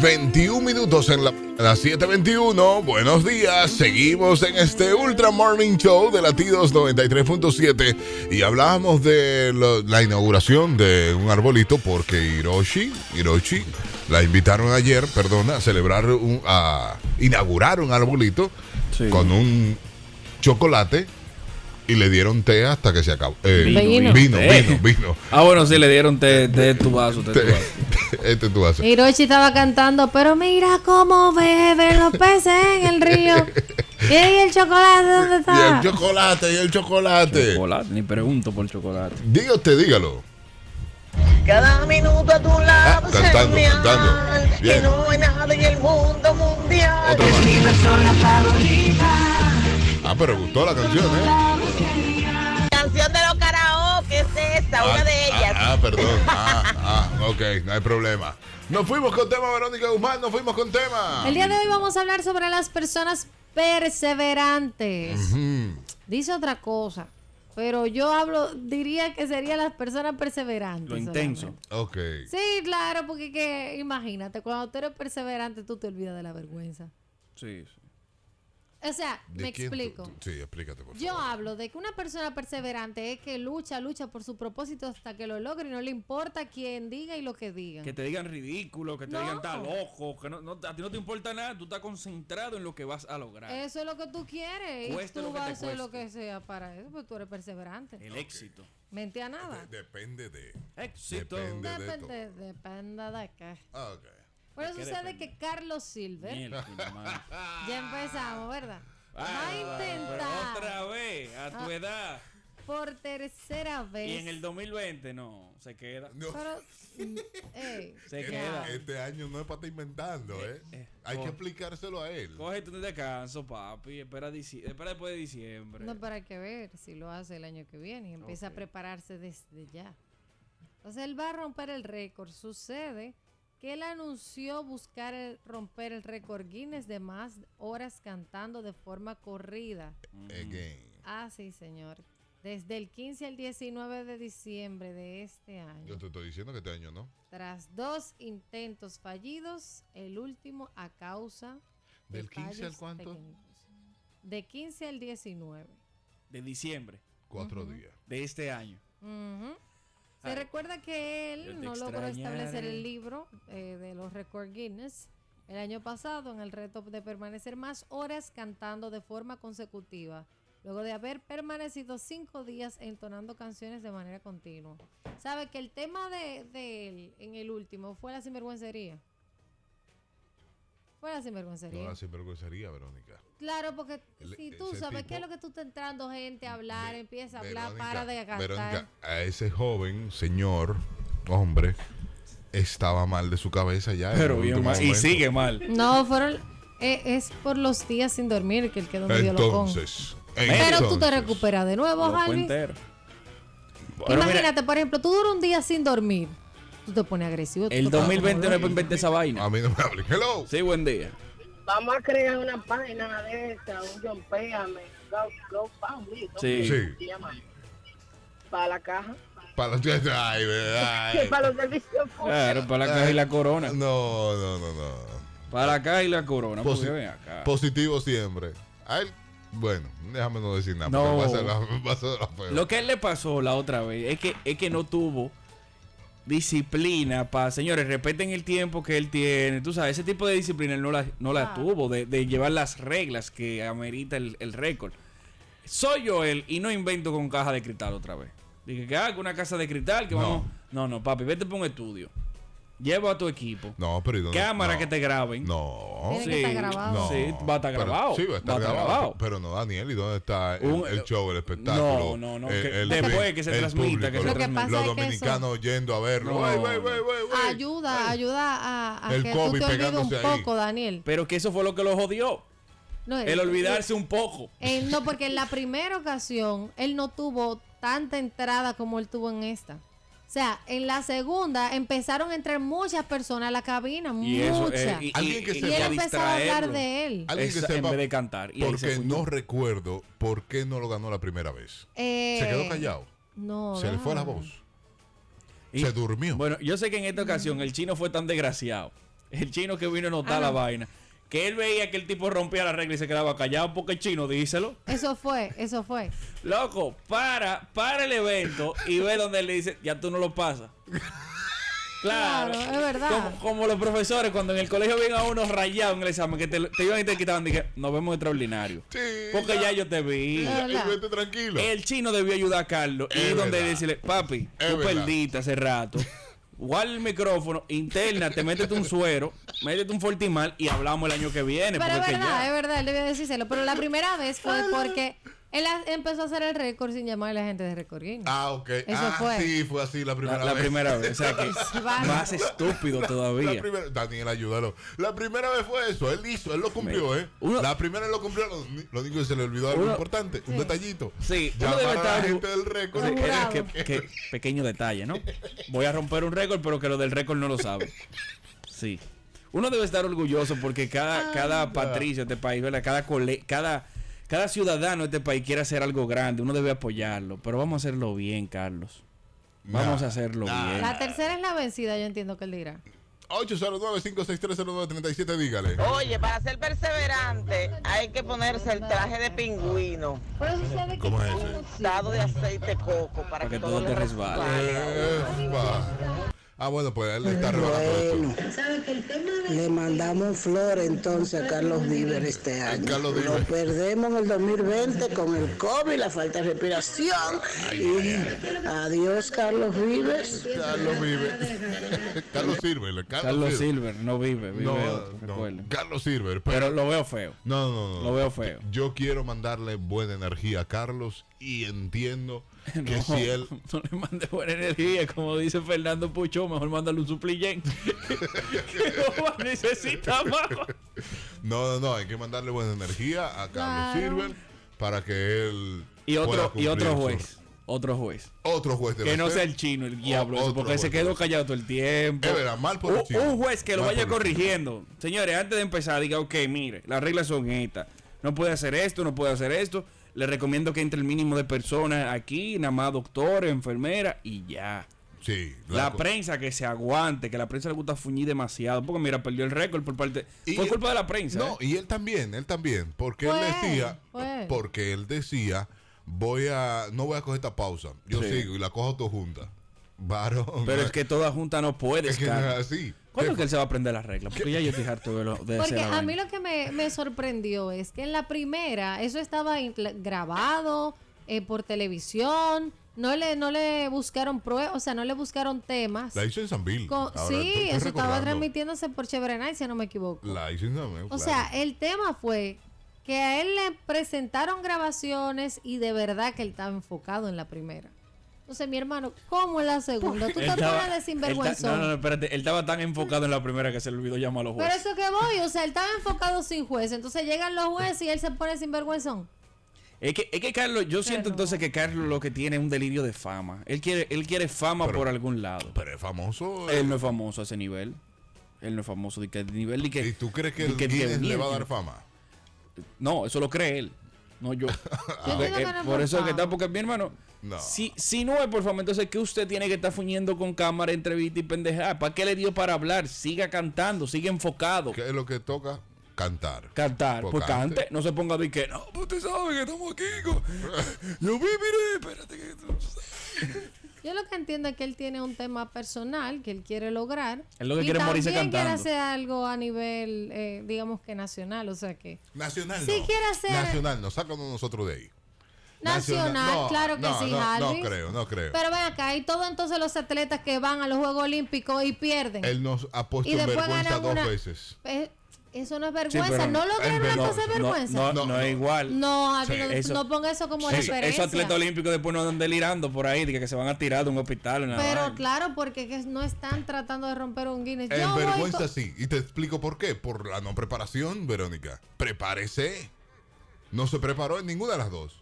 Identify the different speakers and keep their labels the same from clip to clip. Speaker 1: 21 minutos en la, a las 7:21. Buenos días. Seguimos en este Ultra Morning Show de Latidos 93.7 y hablábamos de lo- la inauguración de un arbolito porque Hiroshi, Hiroshi la invitaron ayer, perdón, a celebrar un, a inaugurar un arbolito
Speaker 2: Sí.
Speaker 1: con un chocolate y le dieron té hasta que se acabó. Eh,
Speaker 3: Vino.
Speaker 1: vino,
Speaker 2: Eh.
Speaker 1: vino, vino.
Speaker 2: Ah, bueno, sí, le dieron té, té tu vaso, té, tu
Speaker 1: Té.
Speaker 2: vaso.
Speaker 1: Este tú haces.
Speaker 3: Hiroshi estaba cantando, pero mira cómo beben los peces en el río. ¿Y el chocolate
Speaker 1: Y el
Speaker 3: dónde está?
Speaker 1: chocolate, y el chocolate.
Speaker 2: Chocolate, ni pregunto por chocolate.
Speaker 1: Diga usted, dígalo.
Speaker 4: Cada minuto a tu
Speaker 1: Ah,
Speaker 4: lado
Speaker 1: cantando,
Speaker 4: señal,
Speaker 1: cantando. Bien.
Speaker 4: Que no hay nada en el mundo mundial
Speaker 1: Otra más.
Speaker 4: mi persona favorita
Speaker 1: Ah, pero gustó la canción, ¿eh?
Speaker 4: Canción de los karaoke es esta,
Speaker 1: Ah,
Speaker 4: una de
Speaker 1: ah,
Speaker 4: ellas
Speaker 1: Ah, perdón. Ah, ah, ok, no hay problema. Nos fuimos con tema, Verónica Guzmán, nos fuimos con tema.
Speaker 3: El día de hoy vamos a hablar sobre las personas perseverantes.
Speaker 1: Mm,
Speaker 3: Dice otra cosa, pero yo hablo, diría que serían las personas perseverantes.
Speaker 2: Lo intenso.
Speaker 3: solamente.
Speaker 1: ok.
Speaker 3: Sí, claro, porque que, imagínate, cuando tú eres perseverante, tú te olvidas de la vergüenza.
Speaker 2: Sí, sí.
Speaker 3: O sea,
Speaker 1: ¿De
Speaker 3: me
Speaker 1: quién tú-
Speaker 3: explico.
Speaker 1: tú- sí, explícate, por favor.
Speaker 3: Yo hablo de que una persona perseverante es que lucha, lucha por su propósito hasta que lo logre y no le importa quién diga y lo que diga.
Speaker 2: Que te digan ridículo, que te
Speaker 3: No.
Speaker 2: digan tal ojo, que no, no- a ti no te importa nada, tú estás concentrado en lo que vas a lograr.
Speaker 3: Eso es lo que tú quieres
Speaker 2: Cueste
Speaker 3: y tú
Speaker 2: lo que
Speaker 3: vas a
Speaker 2: te
Speaker 3: hacer lo
Speaker 2: cueste.
Speaker 3: que sea para eso, porque tú eres perseverante.
Speaker 2: El éxito.
Speaker 3: Mente a nada.
Speaker 1: Depende de.
Speaker 2: Éxito.
Speaker 1: Depende. de- de
Speaker 3: Depende, depende de qué.
Speaker 1: Ah, ok.
Speaker 3: Bueno,
Speaker 2: qué
Speaker 3: sucede
Speaker 2: depende?
Speaker 3: que Carlos Silver,
Speaker 2: Mierda, mano.
Speaker 3: ya empezamos, ¿verdad? Va a
Speaker 2: Ay, pero Otra
Speaker 3: intentar Ah.
Speaker 2: vez, a tu edad.
Speaker 3: por tercera vez.
Speaker 2: Y en el 2020, no, se queda.
Speaker 1: No,
Speaker 3: Pero, mm, ey,
Speaker 2: Se
Speaker 3: ya.
Speaker 2: queda.
Speaker 1: Este año no es para estar inventando, ¿eh?
Speaker 2: eh,
Speaker 1: Hay que
Speaker 2: coge.
Speaker 1: explicárselo a él.
Speaker 2: Cógete un descanso, papi. Espera, dici- espera después de diciembre.
Speaker 3: No, para que ver si lo hace el año que viene y empieza a prepararse desde ya. Entonces él va a romper el récord. Sucede que él anunció buscar el- romper el récord Guinness de más horas cantando de forma corrida.
Speaker 2: Mm.
Speaker 1: Again.
Speaker 3: Ah, sí, señor. Desde el 15 al 19 de diciembre de este
Speaker 1: Yo
Speaker 3: año.
Speaker 1: te estoy diciendo que este año no.
Speaker 3: Tras dos intentos fallidos, el último a causa de
Speaker 1: ¿Del 15 al
Speaker 3: fallos
Speaker 1: cuánto?
Speaker 3: técnicos. De 15 al 19.
Speaker 2: De diciembre
Speaker 1: Cuatro días.
Speaker 2: de este año.
Speaker 3: Ujú. Se
Speaker 2: Ay,
Speaker 3: recuerda que
Speaker 2: yo
Speaker 3: él
Speaker 2: te
Speaker 3: no logró
Speaker 2: extrañaré.
Speaker 3: establecer el libro eh, de los récords Guinness el año pasado en el reto de permanecer más horas cantando de forma consecutiva, luego de haber permanecido cinco días entonando canciones de manera continua. ¿Sabe que el tema de, de él en el último fue la sinvergüencería? Fue la sinvergüencería.
Speaker 1: No la sinvergüencería, Verónica.
Speaker 3: Claro, porque
Speaker 1: El- e
Speaker 3: si tú
Speaker 1: ese
Speaker 3: sabes
Speaker 1: tipo-
Speaker 3: qué es lo que tú estás entrando gente a hablar,
Speaker 1: Ve-
Speaker 3: empieza a hablar,
Speaker 1: Verónica,
Speaker 3: para de cantar.
Speaker 1: Verónica, a ese joven señor, hombre, estaba mal de su cabeza ya. Ah, en el último
Speaker 2: Y
Speaker 1: momento.
Speaker 2: sigue mal.
Speaker 3: No, fueron. eh, es por los días sin dormir que el quedó medio locón.
Speaker 1: Entonces,
Speaker 3: Pero tú te
Speaker 1: entonces,
Speaker 3: recuperas de nuevo,
Speaker 2: Loco
Speaker 3: Javi.
Speaker 2: entero. Pero mira,
Speaker 3: Imagínate, por ejemplo, tú duras un día sin dormir. Tú te pones agresivo. tú
Speaker 2: el
Speaker 3: te pones
Speaker 2: 2020 no es
Speaker 3: como
Speaker 2: para inventar esa
Speaker 1: A
Speaker 2: vaina.
Speaker 1: mí no me hablen. Hello.
Speaker 2: Sí, buen día.
Speaker 1: ah.
Speaker 5: Vamos a crear una página de esa, un John Péame, Go, Go Found Me, ¿no?
Speaker 2: Sí.
Speaker 1: Sí.
Speaker 5: Se llama. Para la caja.
Speaker 1: Para los ay, ay.
Speaker 5: Para los servicios públicos.
Speaker 2: Claro, para la caja y la corona.
Speaker 1: Eh, No, no, no, no.
Speaker 2: Para la caja y la corona.
Speaker 1: Posi-
Speaker 2: Porque ven acá.
Speaker 1: Positivo siempre. A él, bueno, déjame no decir nada.
Speaker 2: No.
Speaker 1: porque Va a ser la, va a ser la feo.
Speaker 2: Lo que a él le pasó la otra vez es que, es que no tuvo disciplina para, señores, respeten el tiempo que él tiene. Tú sabes, ese tipo de disciplina él no la, no la
Speaker 3: Ah.
Speaker 2: tuvo, de, de llevar las reglas que amerita el, el récord. Soy yo él y no invento con caja de cristal otra vez. Dije que ah, que una casa de cristal, que
Speaker 1: No.
Speaker 2: vamos. No, no, papi, vete para un estudio. Lleva a tu equipo.
Speaker 1: No, pero ¿y dónde-
Speaker 2: Cámara
Speaker 1: no.
Speaker 2: que te graben.
Speaker 1: No.
Speaker 3: Tiene que estar grabado.
Speaker 1: No,
Speaker 2: Sí, va a estar
Speaker 1: pero-
Speaker 2: grabado.
Speaker 1: sí, va a estar grabado. Pero no, Daniel, ¿y dónde está el,
Speaker 2: Un-
Speaker 1: el show, el espectáculo?
Speaker 2: No, no, no,
Speaker 1: El,
Speaker 2: que después que se transmita, que se
Speaker 1: los-
Speaker 3: Lo que pasa
Speaker 1: Los
Speaker 3: es que
Speaker 1: dominicanos yendo a verlo.
Speaker 2: No.
Speaker 1: Wey, wey, wey, wey, wey.
Speaker 3: Ayuda, ayuda a, a
Speaker 1: El
Speaker 3: que
Speaker 1: COVID
Speaker 3: tú te olvides un
Speaker 1: pegándose ahí.
Speaker 3: poco, Daniel.
Speaker 2: Pero que eso fue lo que lo jodió.
Speaker 3: No,
Speaker 2: El
Speaker 3: eh,
Speaker 2: olvidarse un poco.
Speaker 3: eh, no, porque en la primera ocasión él no tuvo tanta entrada como él tuvo en esta. O sea, en la segunda empezaron a entrar muchas personas a la cabina,
Speaker 2: Y
Speaker 3: muchas.
Speaker 2: eso. eh, y,
Speaker 1: Alguien que
Speaker 2: y-
Speaker 1: se
Speaker 3: y
Speaker 1: va
Speaker 3: él
Speaker 1: a
Speaker 3: empezó a hablar
Speaker 2: distraerlo.
Speaker 3: de él.
Speaker 1: Alguien que
Speaker 2: Esa- en
Speaker 1: sepa
Speaker 2: vez de cantar. Y ahí se
Speaker 1: Porque
Speaker 2: fue.
Speaker 1: no recuerdo por qué no lo ganó la primera vez.
Speaker 3: Eh,
Speaker 1: Se quedó callado.
Speaker 3: No.
Speaker 1: se le fue la
Speaker 3: déjame.
Speaker 1: voz.
Speaker 2: Y-
Speaker 1: se durmió.
Speaker 2: Bueno, yo sé que en esta ocasión el chino fue tan desgraciado El chino que vino a notar
Speaker 3: Ah,
Speaker 2: la
Speaker 3: no.
Speaker 2: vaina. Que él veía que el tipo rompía la regla y se quedaba callado porque el chino, díselo.
Speaker 3: Eso fue, eso fue.
Speaker 2: Loco, para, para el evento y ve donde él le dice, ya tú no lo pasas. Claro,
Speaker 3: Claro, es verdad.
Speaker 2: Como, como los profesores cuando en el colegio ven a unos rayados en el examen que te, te iban y te quitaban, dije, nos vemos extraordinario.
Speaker 1: Sí,
Speaker 2: Porque ya, yo te vi.
Speaker 1: Y ya- y
Speaker 3: Hola.
Speaker 1: vete tranquilo.
Speaker 2: El chino debió ayudar a Carlos y
Speaker 1: Es
Speaker 2: donde
Speaker 1: verdad.
Speaker 2: decirle, papi,
Speaker 1: Es
Speaker 2: tú
Speaker 1: verdad.
Speaker 2: perdiste hace rato. Guarda el micrófono, interna, te métete un suero, métete un fortimal y hablamos el año que viene.
Speaker 3: Pero es
Speaker 2: porque es que
Speaker 3: verdad, es
Speaker 2: ya.
Speaker 3: verdad, él debía decírselo. Pero la primera vez fue porque él ha- empezó a hacer el récord sin llamar a la gente de Record Guinness.
Speaker 1: Ah, ok. ah,
Speaker 3: fue.
Speaker 1: sí, fue así la primera
Speaker 2: La, la
Speaker 1: vez.
Speaker 2: primera vez. O sea que
Speaker 3: bárbaro.
Speaker 2: más estúpido
Speaker 1: La
Speaker 2: todavía.
Speaker 1: primera, Daniel, ayúdalo. La primera vez fue eso, él hizo, él lo cumplió,
Speaker 2: Mira,
Speaker 1: ¿eh?
Speaker 2: uno-
Speaker 1: la primera vez lo cumplió, lo, lo único que se le olvidó algo
Speaker 2: Uno-
Speaker 1: importante, un
Speaker 3: Sí.
Speaker 1: detallito.
Speaker 2: Sí, uno
Speaker 1: Llamar
Speaker 2: debe
Speaker 1: a la
Speaker 2: estar-
Speaker 1: gente del récord.
Speaker 2: Sí,
Speaker 1: que-
Speaker 3: Bravo.
Speaker 2: que- que- que- pequeño detalle, ¿no? Voy a romper un récord, pero que lo del récord no lo sabe. Sí. Uno debe estar orgulloso porque cada, cada patricio de este país, ¿verdad? Cada, cole- cada, cada ciudadano de este país quiere hacer algo grande. Uno debe apoyarlo. Pero vamos a hacerlo bien, Carlos. Vamos
Speaker 1: Nah,
Speaker 2: a hacerlo
Speaker 1: nah.
Speaker 2: bien.
Speaker 3: La tercera es la vencida, yo entiendo que él dirá.
Speaker 1: 809-56309-37, dígale.
Speaker 2: Ah.
Speaker 4: Oye, para ser perseverante hay que ponerse el traje de pingüino,
Speaker 6: Pero sucede que
Speaker 1: ¿Cómo es
Speaker 6: como
Speaker 1: ese?
Speaker 6: si-
Speaker 4: dado de aceite de coco para,
Speaker 2: Para que todo
Speaker 4: todo
Speaker 2: te
Speaker 4: le
Speaker 2: resbale.
Speaker 1: Epa. Ah, bueno, pues él está regalando
Speaker 7: Bueno,
Speaker 1: esto.
Speaker 6: ¿Sabe que el tema de
Speaker 7: le mandamos flor entonces a Carlos Díver este año.
Speaker 1: Carlos
Speaker 7: Lo
Speaker 1: Díver.
Speaker 7: perdemos en el 2020 con el COVID, la falta de respiración. Y adiós, Carlos Vives.
Speaker 1: Carlos vive. Carlos Silver. Carlos,
Speaker 2: Carlos
Speaker 1: Silver.
Speaker 2: Silver no vive, vive
Speaker 1: No,
Speaker 2: otro,
Speaker 1: no,
Speaker 2: recuerden.
Speaker 1: Carlos Silver. Pero,
Speaker 2: Pero lo veo feo.
Speaker 1: no, no, no, no.
Speaker 2: Lo veo feo.
Speaker 1: Yo quiero mandarle buena energía a Carlos y entiendo que
Speaker 2: no,
Speaker 1: si él
Speaker 2: no le mande buena energía, como dice Fernando Pucho, mejor mándale un supliyente que no va- necesita más.
Speaker 1: No, no, no, hay que mandarle buena energía a Carlos
Speaker 3: Claro.
Speaker 1: Silver para que él
Speaker 2: Y
Speaker 1: pueda
Speaker 2: otro, y
Speaker 1: cumplir
Speaker 2: otro
Speaker 1: su-
Speaker 2: juez, otro juez.
Speaker 1: otro juez debe
Speaker 2: Que no
Speaker 1: ser.
Speaker 2: sea el chino, el diablo, ese,
Speaker 1: otro
Speaker 2: porque se
Speaker 1: juez.
Speaker 2: quedó callado todo el tiempo.
Speaker 1: Es verdad, mal por el
Speaker 2: un,
Speaker 1: chino.
Speaker 2: un juez que lo
Speaker 1: Mal
Speaker 2: vaya
Speaker 1: por el chino.
Speaker 2: corrigiendo. Señores, antes de empezar, diga, ok, mire, las reglas son estas. No puede hacer esto, no puede hacer esto. Le recomiendo que entre el mínimo de personas aquí, nada más doctores, enfermeras y ya.
Speaker 1: Sí,
Speaker 2: La
Speaker 1: co-
Speaker 2: prensa que se aguante, que la prensa le gusta fuñir demasiado. Porque mira, perdió el récord por parte. por culpa de la prensa.
Speaker 1: No,
Speaker 2: ¿eh?
Speaker 1: y él también, él también, porque
Speaker 3: Fue
Speaker 1: él
Speaker 3: él,
Speaker 1: decía,
Speaker 3: fue él.
Speaker 1: porque él decía, voy a no voy a coger esta pausa. Yo
Speaker 2: Sí.
Speaker 1: sigo y la cojo todo junta. Varón.
Speaker 2: Pero es que toda junta no puede
Speaker 1: es que no es
Speaker 2: estar.
Speaker 1: así.
Speaker 2: ¿Cuándo es que
Speaker 1: Te-
Speaker 2: él se va a aprender las reglas? Porque ya yo estoy harto de, lo, de hacer
Speaker 3: Porque
Speaker 2: la
Speaker 3: a
Speaker 2: vaina.
Speaker 3: mí lo que me, me sorprendió es que en la primera eso estaba in- grabado eh, por televisión, no le, no le buscaron pruebas, o sea, no le buscaron temas.
Speaker 1: La hizo en San Bill.
Speaker 3: Con-
Speaker 1: Ahora,
Speaker 3: sí,
Speaker 1: estoy- estoy
Speaker 3: eso estaba
Speaker 1: recordando.
Speaker 3: transmitiéndose por Chevrolet Night, si no me equivoco.
Speaker 1: La hizo en San Bill.
Speaker 3: O
Speaker 2: Pues
Speaker 1: claro.
Speaker 3: sea, el tema fue que a él le presentaron grabaciones y de verdad que él estaba enfocado en la primera. Entonces, mi hermano, ¿cómo en la segunda? Tú
Speaker 2: Él
Speaker 3: te
Speaker 2: estaba-
Speaker 3: pones de
Speaker 2: él ta-
Speaker 3: sinvergüenza.
Speaker 2: No, no, pues. no, espérate. Él estaba tan enfocado en la primera que se le olvidó llamar a los
Speaker 3: Pero
Speaker 2: jueces.
Speaker 3: eso que voy, o sea, él estaba enfocado sin juez. Entonces llegan los jueces y él se pone sinvergüenzón.
Speaker 2: Es que, es que Carlos, yo siento
Speaker 3: Pero-
Speaker 2: entonces que Carlos lo que tiene es un delirio de fama. Él quiere, él quiere fama
Speaker 1: Pero-
Speaker 2: por algún lado.
Speaker 1: pero es famoso. eh.
Speaker 2: Él no es famoso a ese nivel. Él no es famoso de que nivel de que-
Speaker 1: ¿Y tú crees que
Speaker 2: de
Speaker 1: el
Speaker 2: que-
Speaker 1: Guinness le va a
Speaker 2: mira,
Speaker 1: dar fama?
Speaker 2: No, eso lo cree él. No yo.
Speaker 3: Yo
Speaker 2: Eh,
Speaker 3: tengo
Speaker 2: eh,
Speaker 3: ganas
Speaker 2: por
Speaker 3: de
Speaker 2: eso es que
Speaker 3: fama.
Speaker 2: está, porque mi hermano.
Speaker 1: No.
Speaker 2: Si, si no es por favor, entonces que usted tiene que estar fuñendo con cámara, entrevista y pendejada. ¿Para qué le dio para hablar? Siga cantando, sigue enfocado.
Speaker 1: ¿Qué es lo que toca? Cantar.
Speaker 2: Cantar,
Speaker 1: Pues
Speaker 2: pues
Speaker 1: cante.
Speaker 2: cante, no se ponga a decir que no, pues usted sabe que estamos aquí. co- Yo vi, mire, espérate que.
Speaker 3: Yo lo que entiendo es que él tiene un tema personal que él quiere lograr.
Speaker 2: Él lo que
Speaker 3: y
Speaker 2: quiere es morirse
Speaker 3: también quiere
Speaker 2: cantando.
Speaker 3: hacer algo a nivel, eh, digamos que nacional, o sea que...
Speaker 1: Nacional
Speaker 3: Si
Speaker 1: no.
Speaker 3: quiere hacer-
Speaker 1: Nacional no, sácanos nosotros de ahí.
Speaker 3: Nacional,
Speaker 1: no,
Speaker 3: claro que
Speaker 1: no,
Speaker 3: sí,
Speaker 1: no,
Speaker 3: Jalvis.
Speaker 1: No creo, no creo.
Speaker 3: Pero ven acá, y todos entonces los atletas que van a los Juegos Olímpicos y pierden.
Speaker 1: Él nos ha puesto
Speaker 3: y
Speaker 1: en
Speaker 3: después
Speaker 1: vergüenza
Speaker 3: ganan
Speaker 1: dos
Speaker 3: una...
Speaker 1: veces.
Speaker 3: Eh, eso no es
Speaker 2: Sí,
Speaker 3: vergüenza.
Speaker 2: pero-
Speaker 3: no lograron
Speaker 1: es
Speaker 3: entonces
Speaker 1: vergüenza.
Speaker 3: vergüenza.
Speaker 2: No, no,
Speaker 1: No,
Speaker 2: no
Speaker 1: no.
Speaker 2: es igual.
Speaker 3: No, a mí
Speaker 1: Sí.
Speaker 3: no,
Speaker 2: Eso-
Speaker 3: no ponga eso como
Speaker 2: Eso-
Speaker 3: referencia.
Speaker 2: esos atletas olímpicos después no andan delirando por ahí, de que, que se van a tirar de un hospital. o nada
Speaker 3: Pero
Speaker 2: vaina.
Speaker 3: claro, porque que no están tratando de romper un Guinness.
Speaker 1: En
Speaker 3: Yo voy
Speaker 1: vergüenza
Speaker 3: to-
Speaker 1: sí. Y te explico por qué. Por la no preparación, Verónica. Prepárese. No se preparó en ninguna de las dos.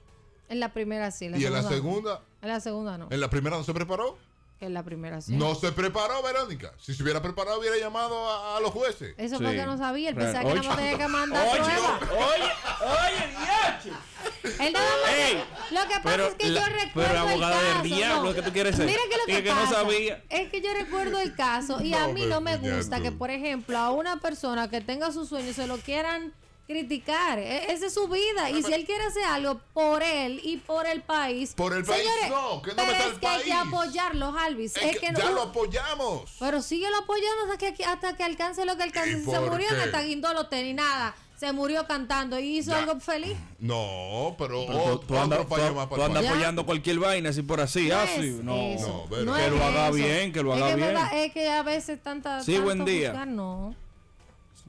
Speaker 3: En la primera sí.
Speaker 1: y en la
Speaker 3: no.
Speaker 1: segunda,
Speaker 3: En la segunda no.
Speaker 1: en la primera no se preparó.
Speaker 3: En la primera sí.
Speaker 1: No se preparó, Verónica. Si se hubiera preparado, hubiera llamado a, a los jueces.
Speaker 3: Eso
Speaker 2: Sí.
Speaker 3: porque no sabía. Él pensaba
Speaker 2: Claro.
Speaker 3: que nada más
Speaker 2: Oye.
Speaker 3: tenía que mandar
Speaker 2: Oye,
Speaker 3: pruebas.
Speaker 2: oye, oye, diache.
Speaker 3: Él nada más-
Speaker 2: Ey,
Speaker 3: lo que pasa
Speaker 2: pero
Speaker 3: es que
Speaker 2: la-
Speaker 3: yo
Speaker 2: pero
Speaker 3: recuerdo
Speaker 2: abogada
Speaker 3: el
Speaker 2: del
Speaker 3: caso.
Speaker 2: diablo,
Speaker 3: no.
Speaker 2: ¿qué tú quieres ser?
Speaker 3: Mira que lo
Speaker 2: Dije
Speaker 3: que,
Speaker 2: que no
Speaker 3: pasa
Speaker 2: sabía.
Speaker 3: es que yo recuerdo el caso y a
Speaker 1: No, pues,
Speaker 3: mí
Speaker 1: me
Speaker 3: no me
Speaker 1: pillaste.
Speaker 3: gusta que, por ejemplo, a una persona que tenga su sueño se lo quieran criticar. E- Esa es su vida y si él quiere hacer algo por él y por el país.
Speaker 1: Por el país,
Speaker 3: Señores,
Speaker 1: no, que no
Speaker 3: pero
Speaker 1: meta
Speaker 3: es
Speaker 1: el
Speaker 3: que hay que
Speaker 1: país.
Speaker 3: apoyarlo, Alvis.
Speaker 1: Es que
Speaker 3: que
Speaker 1: ya
Speaker 3: no-
Speaker 1: lo apoyamos.
Speaker 3: pero síguelo apoyando hasta que, hasta que alcance lo que alcance.
Speaker 1: ¿Y
Speaker 3: Se
Speaker 1: por
Speaker 3: murió
Speaker 1: qué?
Speaker 3: en Ataguindolote ni nada. Se murió cantando y hizo
Speaker 1: Ya.
Speaker 3: algo feliz.
Speaker 1: No, pero,
Speaker 2: Pero
Speaker 1: otro,
Speaker 2: tú, tú andas,
Speaker 1: otro paño
Speaker 2: tú-
Speaker 1: más para
Speaker 2: tú
Speaker 1: el
Speaker 2: andas
Speaker 1: país.
Speaker 3: Ya.
Speaker 2: apoyando cualquier vaina así por así. ah,
Speaker 3: es
Speaker 2: sí, no.
Speaker 3: eso,
Speaker 1: No, pero-
Speaker 2: que
Speaker 3: es
Speaker 2: lo haga
Speaker 3: eso.
Speaker 2: bien, que lo
Speaker 3: Es
Speaker 2: haga
Speaker 3: me
Speaker 2: bien.
Speaker 3: da- es que a veces tanta.
Speaker 2: Sí,
Speaker 3: tanto
Speaker 2: buen día.
Speaker 3: juzgar, no.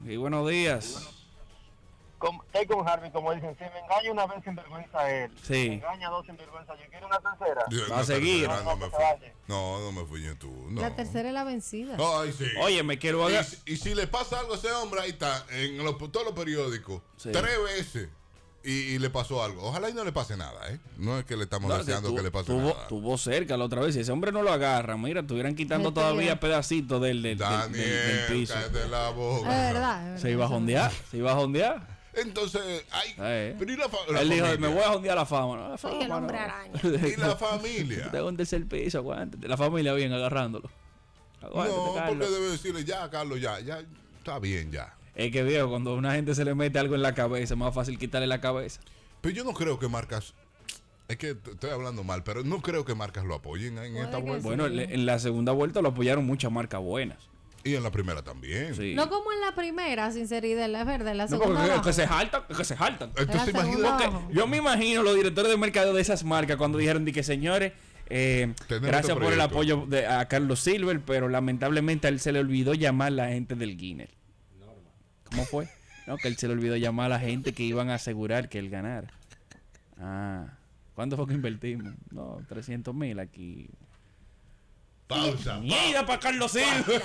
Speaker 2: Y buenos días.
Speaker 8: Como- Estoy con Harvey, como dicen, si me engaña una vez sinvergüenza él,
Speaker 2: Sí.
Speaker 8: me engaña dos sinvergüenza, yo quiero una tercera.
Speaker 1: Yo-
Speaker 2: Va a seguir.
Speaker 1: No, no me fui. No, no me fui yo tú. No.
Speaker 3: La tercera es la vencida.
Speaker 1: Ay, sí.
Speaker 2: Oye, me quiero
Speaker 1: Y
Speaker 2: haga-
Speaker 1: si- Y, si le pasa algo a ese hombre, ahí está, en los, todos los periódicos,
Speaker 2: Sí.
Speaker 1: tres veces, y, y le pasó algo. Ojalá y no le pase nada, ¿eh? No es que le estamos
Speaker 2: No,
Speaker 1: deseando
Speaker 2: tu-
Speaker 1: que le pase
Speaker 2: tuvo,
Speaker 1: nada.
Speaker 2: tuvo cerca la otra vez. Si ese hombre no lo agarra, mira, estuvieran quitando
Speaker 3: Este
Speaker 2: todavía
Speaker 3: día.
Speaker 2: pedacitos del, del, del- del-
Speaker 1: Daniel,
Speaker 2: del piso.
Speaker 1: cállate la boca.
Speaker 3: Es verdad. es verdad.
Speaker 2: Se iba a jondear, se iba a jondear.
Speaker 1: Entonces, ay,
Speaker 2: Eh.
Speaker 1: pero ¿y la, fa- la
Speaker 2: Él dijo,
Speaker 1: familia?
Speaker 2: me voy a jondear la fama. No, la
Speaker 3: Soy
Speaker 2: fama,
Speaker 3: el
Speaker 2: no.
Speaker 3: hombre araña.
Speaker 1: ¿Y la familia?
Speaker 2: Tengo un tercer piso, aguántate. La familia bien agarrándolo. Aguántate,
Speaker 1: No, porque
Speaker 2: Carlos.
Speaker 1: debe decirle, ya, Carlos, ya, ya, está bien, ya.
Speaker 2: Es que viejo, cuando a una gente se le mete algo en la cabeza, es más fácil quitarle la cabeza.
Speaker 1: Pero yo no creo que Marcas, es que t- estoy hablando mal, pero no creo que Marcas lo apoyen en
Speaker 3: Puede
Speaker 1: esta
Speaker 3: que
Speaker 1: vuelta.
Speaker 2: Bueno, le- en la segunda vuelta lo apoyaron muchas marcas buenas.
Speaker 1: Y en la primera también.
Speaker 2: Sí.
Speaker 3: No como en la primera, sinceridad, es verdad. En la
Speaker 2: No, porque
Speaker 3: segunda.
Speaker 2: que,
Speaker 3: no.
Speaker 2: que se jaltan, que se jaltan.
Speaker 1: Entonces
Speaker 3: La
Speaker 1: imagínate.
Speaker 3: segunda-
Speaker 2: Porque
Speaker 3: Ojo.
Speaker 2: yo me imagino los directores de mercado de esas marcas cuando dijeron de que señores, eh,
Speaker 1: Tenemos
Speaker 2: gracias
Speaker 1: este
Speaker 2: por el
Speaker 1: proyecto".
Speaker 2: apoyo de, a Carlos Silver, pero lamentablemente a él se le olvidó llamar a la gente del Guinness. ¿Cómo fue? No, que él se le olvidó llamar a la gente que iban a asegurar que él ganara. Ah, ¿cuánto fue que invertimos? No, 300 mil aquí.
Speaker 1: Pausa.
Speaker 2: ¡Mierda para Carlos Silver!